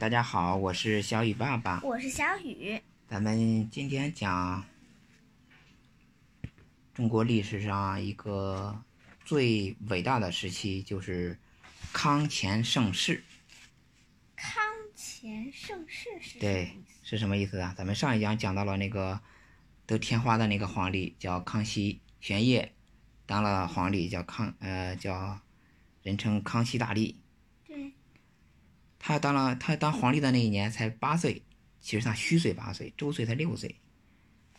大家好，我是小雨爸爸。我是小雨。咱们今天讲中国历史上一个最伟大的时期，就是康乾盛世。康乾盛世是什么对意思？，是什么意思啊？咱们上一讲讲到了那个得天花的那个皇帝叫康熙，玄烨当了皇帝叫康呃叫人称康熙大帝。对，他当了他当皇帝的那一年才八岁，其实他虚岁八岁，周岁才六岁，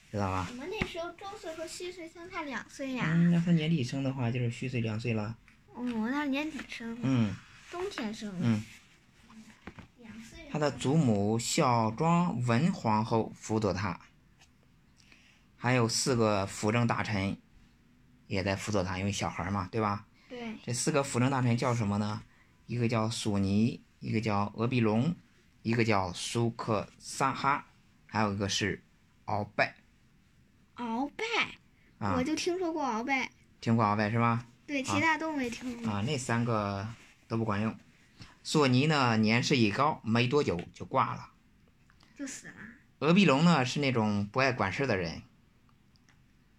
知道吧？我们那时候周岁和虚岁相差两岁呀、嗯，那他年底生的话，就是虚岁两岁了。嗯，我那年底生的，嗯冬天生的，嗯，两岁。他的祖母孝庄文皇后辅佐他，还有四个辅政大臣也在辅佐他，因为小孩嘛，对吧？对，这四个辅政大臣叫什么呢？一个叫索尼，一个叫俄必龙，一个叫苏克萨哈，还有一个是鳌拜。鳌拜、啊我就听说过鳌拜，听过鳌拜是吧？对，啊其他都没听过。啊，那三个都不管用。索尼呢，年事已高，没多久就挂了。就死了。俄必龙呢，是那种不爱管事的人，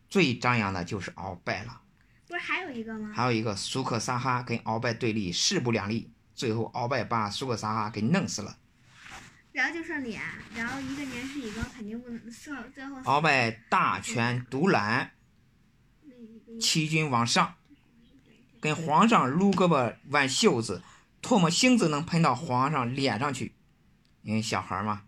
最张扬的就是鳌拜了。不是还有一个吗？还有一个苏克萨哈跟鳌拜对立，势不两立，最后鳌拜把苏克萨哈给弄死了。然后就剩俩，然后一个年事已高，肯定不能算，最后鳌拜大权独揽，那一个欺君罔上，跟皇上撸胳膊挽袖子，唾沫星子能喷到皇上脸上去，因为小孩嘛。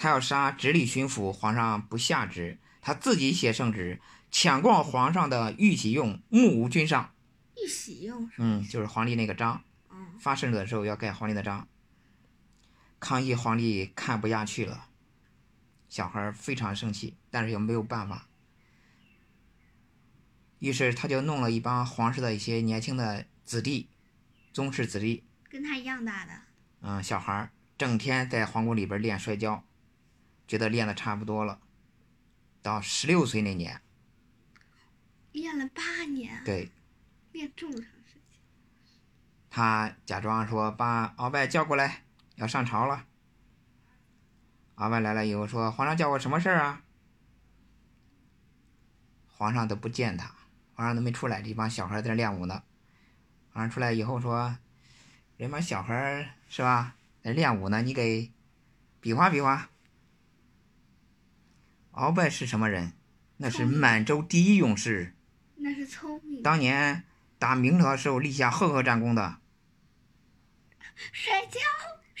他要杀直隶巡抚，皇上不下旨，他自己写圣旨，抢逛皇上的玉玺用，目无君上。一起用是吧？嗯，就是皇帝那个章，嗯，发圣旨的时候要盖皇帝的章。康熙皇帝看不下去了，小孩儿非常生气，但是又没有办法。于是他就弄了一帮皇室的一些年轻的子弟，宗室子弟，跟他一样大的。嗯，小孩儿整天在皇宫里边练摔跤，觉得练的差不多了。到十六岁那年，练了八年，对练这么长时间，他假装说把鳌拜叫过来，要上朝了。鳌拜来了以后说：“皇上叫我什么事儿啊？”皇上都不见他，皇上都没出来，这帮小孩在那练武呢。皇上出来以后说：“人帮小孩儿是吧，在练武呢，你给比划比划。”鳌拜是什么人？那是聪明满洲第一勇士。那是聪明。当年打明朝的时候立下赫赫战功的。摔跤，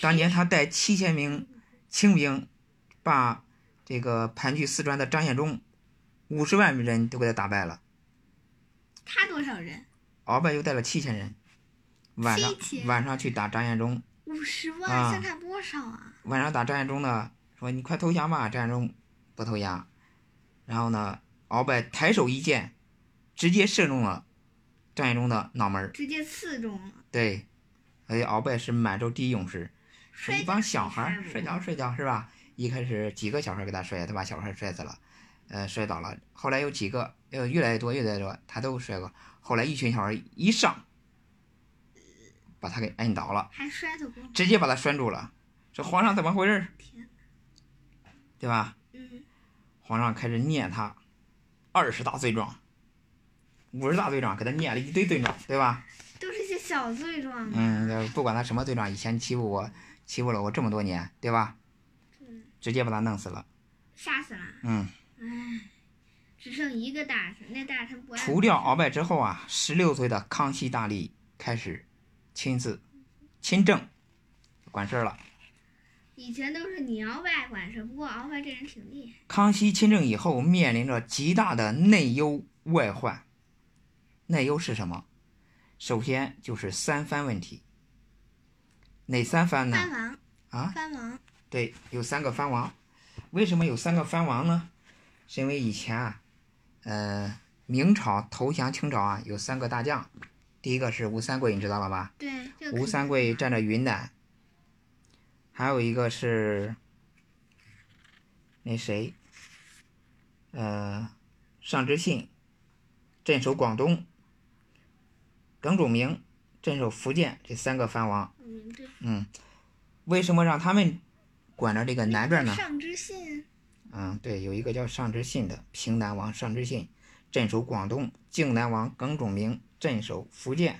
当年他带七千名清兵，把这个盘踞四川的张献忠五十万人都给他打败了。他多少人？鳌拜又带了七千人，晚上7000晚上去打张献忠，五十万，啊相差多少啊？晚上打张献忠呢，说你快投降吧，张献忠不投降。然后呢，鳌拜抬手一箭，直接射中了张献忠的脑门儿。直接刺中了。对，所以鳌拜是满洲第一勇士。是摔一跤帮小孩也儿是摔跤摔跤是吧？一开始几个小孩儿给他摔，他把小孩儿摔死了，呃，摔倒了。后来有几个，呃，越来越多，越来越多，他都摔过。后来一群小孩儿一上，把他给摁倒了，还摔得过吗？直接把他拴住了。说皇上怎么回事儿？天，对吧？嗯，皇上开始念他二十大罪状，五十大罪状，给他念了一堆罪状，对吧？都是一些小罪状啊嘛。嗯，呃不管他什么罪状，以前欺负我，欺负了我这么多年，对吧？嗯直接把他弄死了。杀死了。嗯，唉，只剩一个大臣，那大臣不爱。除掉鳌拜之后啊，十六岁的康熙大帝开始亲自亲政，管事儿了。以前都是你鳌拜管事，不过鳌拜这人挺厉害，康熙亲政以后，面临着极大的内忧外患。内忧是什么？首先就是三藩问题。哪三藩呢？藩王。啊藩王。对，有三个藩王。为什么有三个藩王呢？是因为以前啊，呃，明朝投降清朝啊，有三个大将，第一个是吴三桂，你知道了吧？对，这个吴肯三桂占着云南，还有一个是那谁，呃，尚之信镇守广东，耿仲明镇守福建，这三个藩王。嗯，对，嗯，为什么让他们管着这个南边呢？上知信，嗯，对，有一个叫尚之信的平南王尚之信，镇守广东；靖南王耿仲明镇守福建；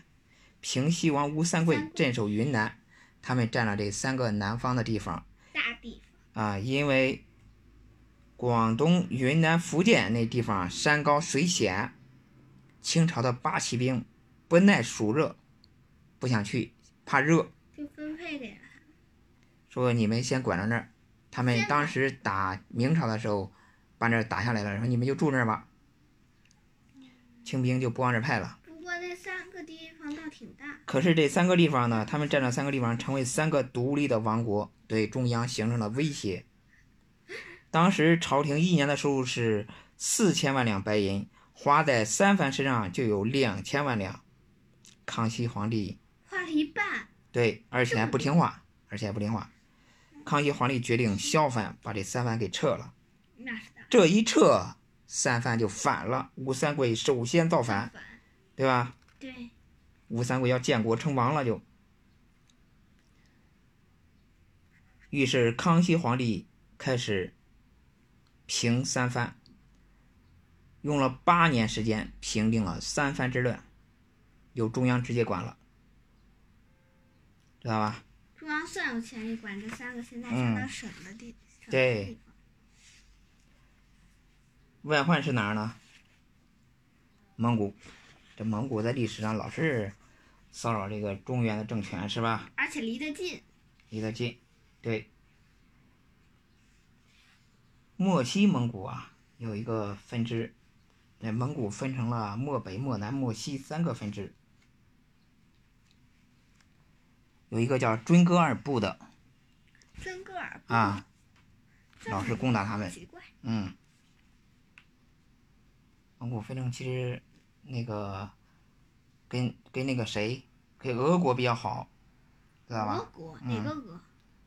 平西王吴三桂三桂镇守云南。他们占了这三个南方的地方大地方啊，因为广东、云南、福建那地方山高水险，清朝的八旗兵不耐暑热，不想去，怕热，就分配给了说你们先管到那儿。他们先管当时打明朝的时候，把那儿打下来了，然后你们就住那儿吧。清兵就不往这儿派了。他。不过那三个地方倒挺大，可是这三个地方呢，他们占了三个地方，成为三个独立的王国，对中央形成了威胁。当时朝廷一年的收入是四千万两白银，花在三藩身上就有两千万两。康熙皇帝花了一半。对，而且还不听话，而且还不听话。康熙皇帝决定削藩，把这三藩给撤了。那是大这一撤，三藩就反了。吴三桂首先造反，反。对吧？对，吴三桂要建国称王了就。于是康熙皇帝开始平三藩，用了八年时间平定了三藩之乱，由中央直接管了，知道吧？中央算有权利管这三个现在相当省的地。嗯省的对地方外患是哪儿呢？蒙古，这蒙古在历史上老是骚扰这个中原的政权，是吧？而且离得近，离得近，对。漠西蒙古啊，有一个分支，那蒙古分成了漠北、漠南、漠西三个分支，有一个叫准噶尔部的尊个儿不啊，这老是攻打他们。奇怪，嗯，蒙古飞龙其实那个跟跟那个谁跟俄国比较好，知道俄吧？国嗯哪个俄？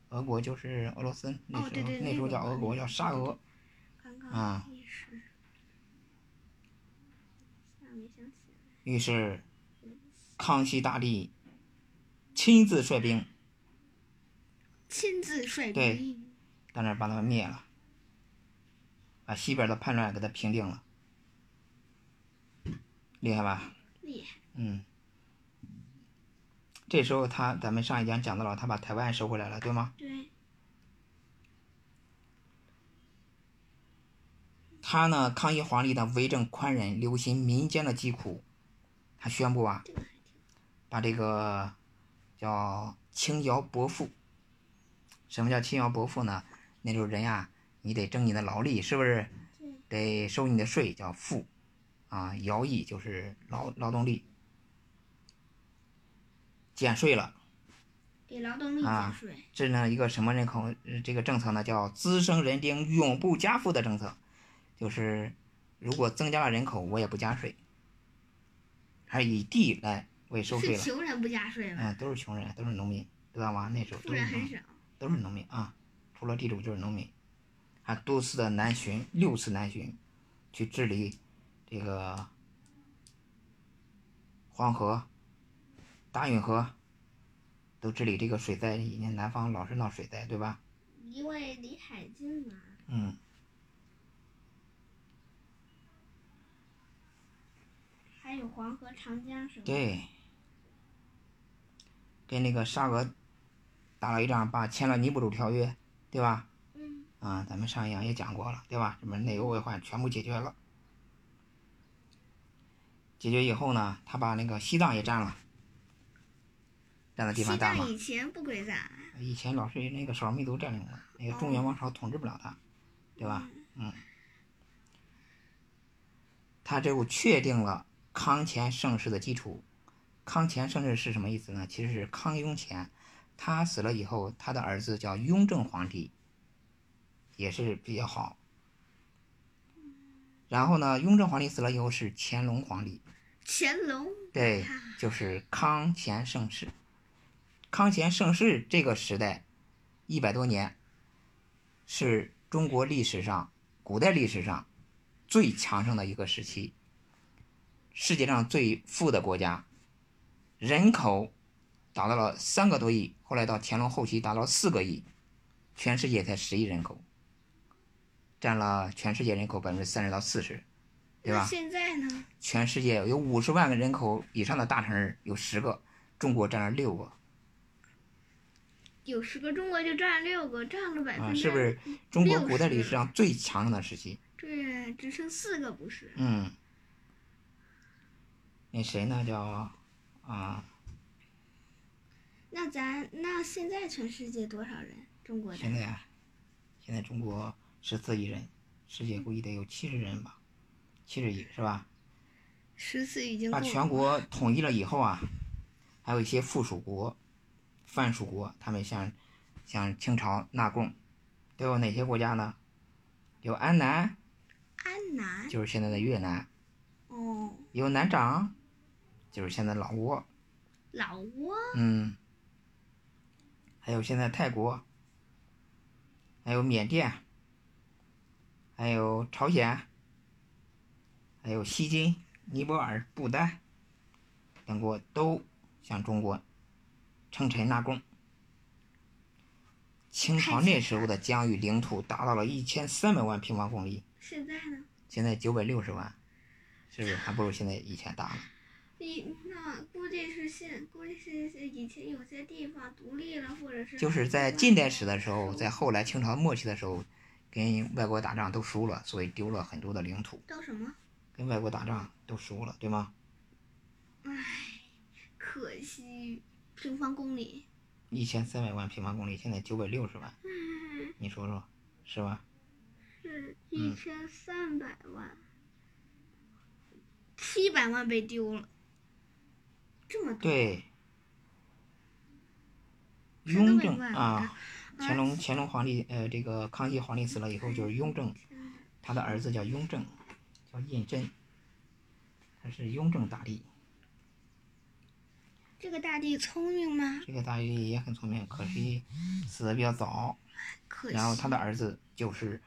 俄国就是俄罗斯，那时候、哦对对那那时候个叫俄国，叫沙俄。刚啊刚历史，那没想起来。于是，康熙大帝亲自率兵亲自率对兵，到那儿把他们灭了，把西边的叛乱给他平定了，厉害吧？厉害，嗯，这时候他咱们上一讲讲到了，他把台湾收回来了，对吗？对，他呢，康熙皇帝呢为政宽仁，留心民间的疾苦，他宣布啊，这个还挺把这个叫轻徭薄赋。什么叫轻徭薄赋呢？那就是人呀，你得征你的劳力，是不是？对。得收你的税，叫赋，啊，徭役就是劳劳动力，减税了。给劳动力啊减税，制定了一个什么人口呃这个政策呢？叫滋生人丁永不加赋的政策，就是如果增加了人口，我也不加税，还以地来为收税是了。穷人不加税吗？嗯，都是穷人，都是农民，知道吗？那时候富都是人农很民，少，都是农民啊，除了地主就是农民，还多次的南巡，六次南巡，去治理这个黄河、大运河，都治理这个水灾。以前南方老是闹水灾，对吧？因为离海近嘛。嗯，还有黄河、长江什么的，对，跟那个沙俄打了一仗，把签了尼布楚条约，对吧？嗯，啊，咱们上一讲也讲过了，对吧？什么内忧外患全部解决了。解决以后呢，他把那个西藏也占了，占的地方西大吗藏？以前不归咱，以前老是那个少数民族占领了，那个中原王朝统治不了他，对吧？嗯，他这后确定了康乾盛世的基础。康乾盛世是什么意思呢？其实是康雍乾，他死了以后，他的儿子叫雍正皇帝，也是比较好。然后呢，雍正皇帝死了以后是乾隆皇帝，乾隆对啊，就是康乾盛世。康乾盛世这个时代，一百多年，是中国历史上、古代历史上最强盛的一个时期，世界上最富的国家，人口达到了三个多亿，后来到乾隆后期达到四个亿，全世界才十亿人口，占了全世界人口百分之三十到四十，对那吧？现在呢？全世界有五十万个人口以上的大城市有十个，中国占了六个有十个中国就占六个，占了百分啊，之、是不是？中国古代历60史上最强盛的时期。这只剩四个不是？嗯，那谁呢？叫啊、那咱那现在全世界多少人？中国的现在啊，现在中国十四亿人，世界估计得有七十人吧，七十亿是吧？十次已经够把全国统一了以后啊，还有一些附属国、藩属国，他们像像清朝纳贡，都有哪些国家呢？有安南，安南就是现在的越南；哦，有南掌，就是现在老挝。老挝嗯，还有现在泰国，还有缅甸，还有朝鲜，还有西金、尼泊尔、不丹等国都向中国称臣纳贡。清朝那时候的疆域领土达到了一千三百万平方公里，现在呢？现在九百六十万，是不是还不如现在以前大了？一那估计是现估计是以前有些地方独立了，或者是就是在近代史的时候，在后来清朝末期的时候，跟外国打仗都输了，所以丢了很多的领土，叫什么？跟外国打仗都输了，对吗？可惜平方公里。一千三百万平方公里，现在九百六十万，嗯，你说说，是吧？是嗯一千三百万，七百万被丢了，这么多。对，是那雍么正乱啊，啊乾隆乾隆皇帝，呃，这个康熙皇帝死了以后，就是雍正，他的儿子叫雍正，叫胤禛，他是雍正大帝。这个大帝聪明吗？这个大帝也很聪明，可惜死的比较早。可惜。然后他的儿子就是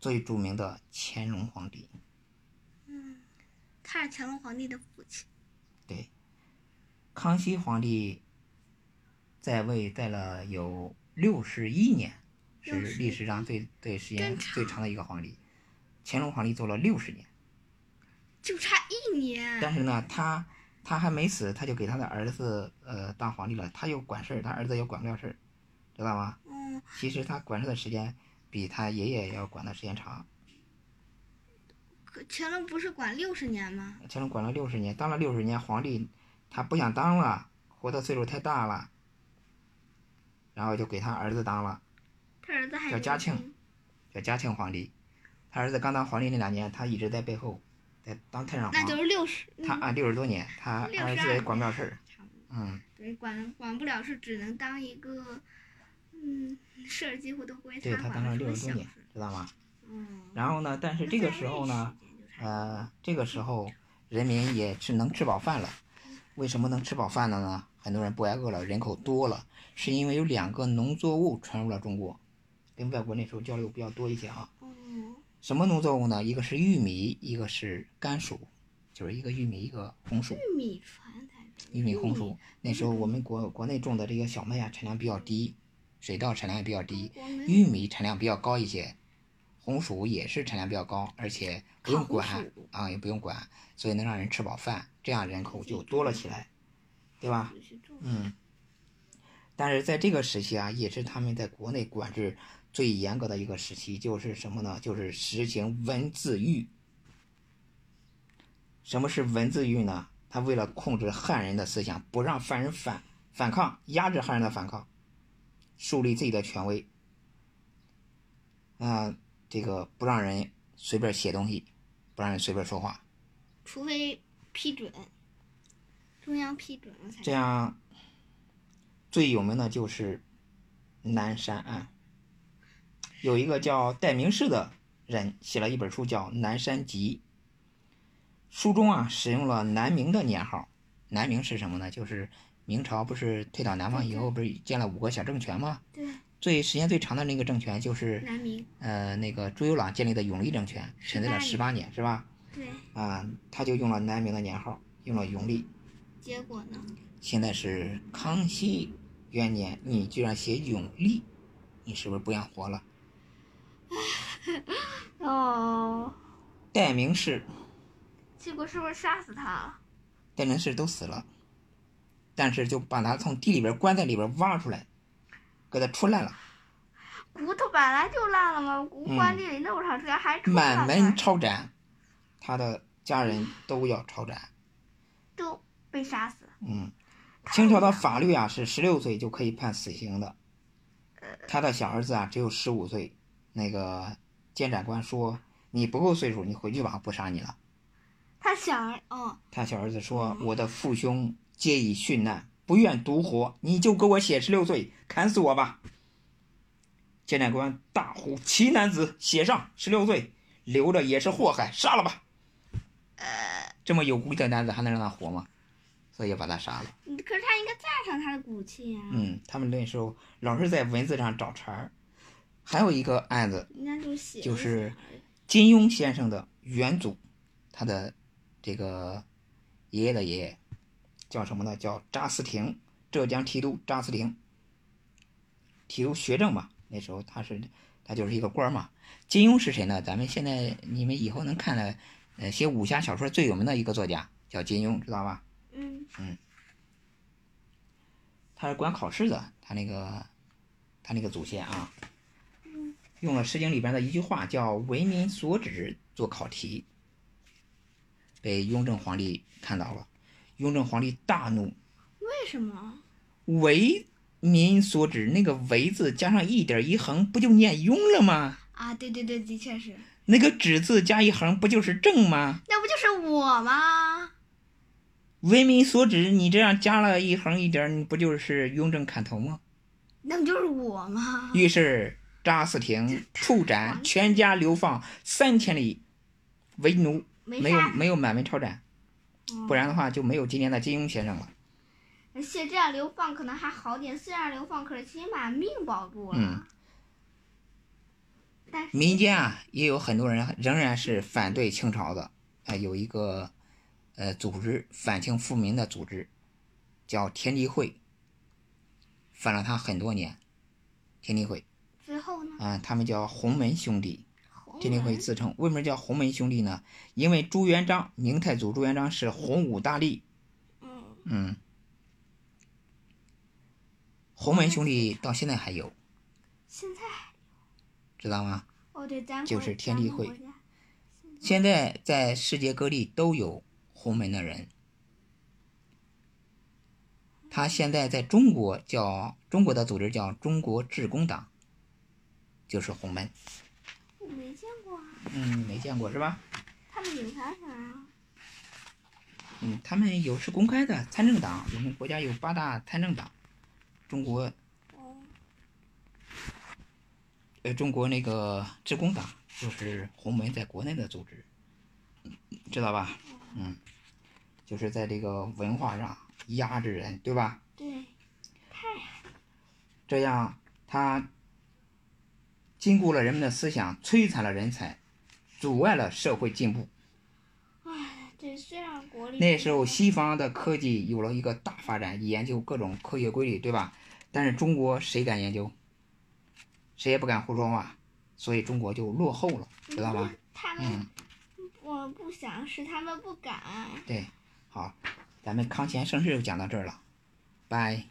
最著名的乾隆皇帝。他是乾隆皇帝的父亲。对，康熙皇帝在位在了有六十一年，是61历史上最最时间真长最长的一个皇帝。乾隆皇帝做了六十年，就差一年，但是呢，他他还没死，他就给他的儿子呃当皇帝了，他又管事儿，他儿子又管不了事儿，知道吗？嗯，其实他管事的时间比他爷爷要管的时间长。可乾隆不是管六十年吗？乾隆管了六十年，当了六十年皇帝，他不想当了，活的岁数太大了，然后就给他儿子当了，他儿子还叫有嘉庆，叫嘉庆皇帝。他儿子刚当皇帝那两年，他一直在背后，在当太上那就皇。是六十，他啊，六十多年，他62儿子也管不了事儿。差不多，嗯，对，管管不了是只能当一个，嗯，事儿几乎都归对他管当了什么六十多小年事，知道吗？嗯，然后呢，但是这个时候呢，呃，这个时候人民也是能吃饱饭了。为什么能吃饱饭了呢？很多人不挨饿了，人口多了，是因为有两个农作物传入了中国，跟外国那时候交流比较多一些啊。嗯，什么农作物呢？一个是玉米，一个是甘薯，就是一个玉米，一个红薯。玉米船才是玉米红薯那时候我们国国内种的这个小麦啊，产量比较低，水稻产量也比较低，我们玉米产量比较高一些，红薯也是产量比较高，而且不用烤管红薯啊、也不用管，所以能让人吃饱饭，这样人口就多了起来，对吧？只是种嗯。但是在这个时期啊，也是他们在国内管制最严格的一个时期，就是什么呢？就是实行文字狱。什么是文字狱呢？他为了控制汉人的思想，不让犯人反反抗，压制汉人的反抗，树立自己的权威。啊、这个不让人随便写东西，不让人随便说话，除非批准，中央批准了才这样，最有名的就是南山案，有一个叫戴明士的人写了一本书叫《南山集》，书中啊使用了南明的年号。南明是什么呢？就是明朝不是退到南方以后，不是建了五个小政权吗？对最时间最长的那个政权就是南明呃那个朱由榔建立的永历政权，存在了十八年，是吧？对，啊、他就用了南明的年号，用了永历。结果呢？现在是康熙元年，你居然写永历，你是不是不想活了？哦，戴名士、结果是不是杀死他了？戴名士都死了，但是就把他从地里边棺材里边挖出来，给他出来了。骨头本来就烂了嘛，骨嗯关地里那么长时间还出来满了，门抄斩，他的家人都要抄斩。都被杀死。嗯，清朝的法律啊是十六岁就可以判死刑的，他的小儿子啊只有十五岁。那个监斩官说：“你不够岁数，你回去吧，我不杀你了。他想，哦，”他小儿子说：“我的父兄皆以殉难，不愿独活，你就给我写十六岁，砍死我吧。”监斩官大呼：“奇男子，写上十六岁，留着也是祸害，杀了吧！”这么有骨气的男子还能让他活吗？所以把他杀了。可是他应该赞赏他的骨气呀、嗯，他们那时候老是在文字上找茬儿。还有一个案子，应该就写就是金庸先生的远祖，他的这个爷爷的爷爷叫什么呢？叫查思廷，浙江提督查思廷，提督学政嘛。那时候他是他就是一个官儿嘛。金庸是谁呢？咱们现在你们以后能看的，呃，写武侠小说最有名的一个作家叫金庸，知道吧？嗯，他是管考试的，他那个他那个祖先啊，用了《诗经》里边的一句话叫“为民所指”做考题，被雍正皇帝看到了，雍正皇帝大怒，为什么？为民所指那个“为”字加上一点一横，不就念雍了吗？啊，对对对，的确是，那个“指”字加一横，不就是正吗？那不就是我吗？为民所指，你这样加了一横一点儿，你不就是雍正砍头吗？那不就是我吗？于是查思廷处斩，全家流放三千里，为奴，没嗯没有杀，没有满门抄斩，不然的话就没有今天的金庸先生了。而且这样流放可能还好点，虽然流放，可是起码命保住了。嗯但是民间啊，也有很多人仍然是反对清朝的，哎，有一个呃组织反清复明的组织，叫天地会，反了他很多年。天地会最后呢？啊，他们叫洪门兄弟，红天地会门自称为什么叫洪门兄弟呢？因为朱元璋，明太祖朱元璋是洪武大帝，嗯，嗯，洪门兄弟到现在还有，现在知道吗？哦对，咱就国是天咱地们会国家现在在世界各地都有洪门的人。他现在在中国叫中国的组织叫中国致公党，就是洪门。我没见过啊，嗯，没见过是吧？他们有啥啥啊？嗯，他们有是公开的参政党，我们国家有八大参政党，中国哦，呃中国那个致公党就是洪门在国内的组织，知道吧？嗯，就是在这个文化上压制人，对吧？对，这样他禁锢了人们的思想，摧残了人才，阻碍了社会进步。对，虽然国力那不时候强西方的科技有了一个大发展，研究各种科学规律，对吧？但是中国谁敢研究？谁也不敢胡说话，所以中国就落后了，嗯知道吧？？他们，我不想是他们不敢。对，好，咱们康乾盛世就讲到这儿了，拜。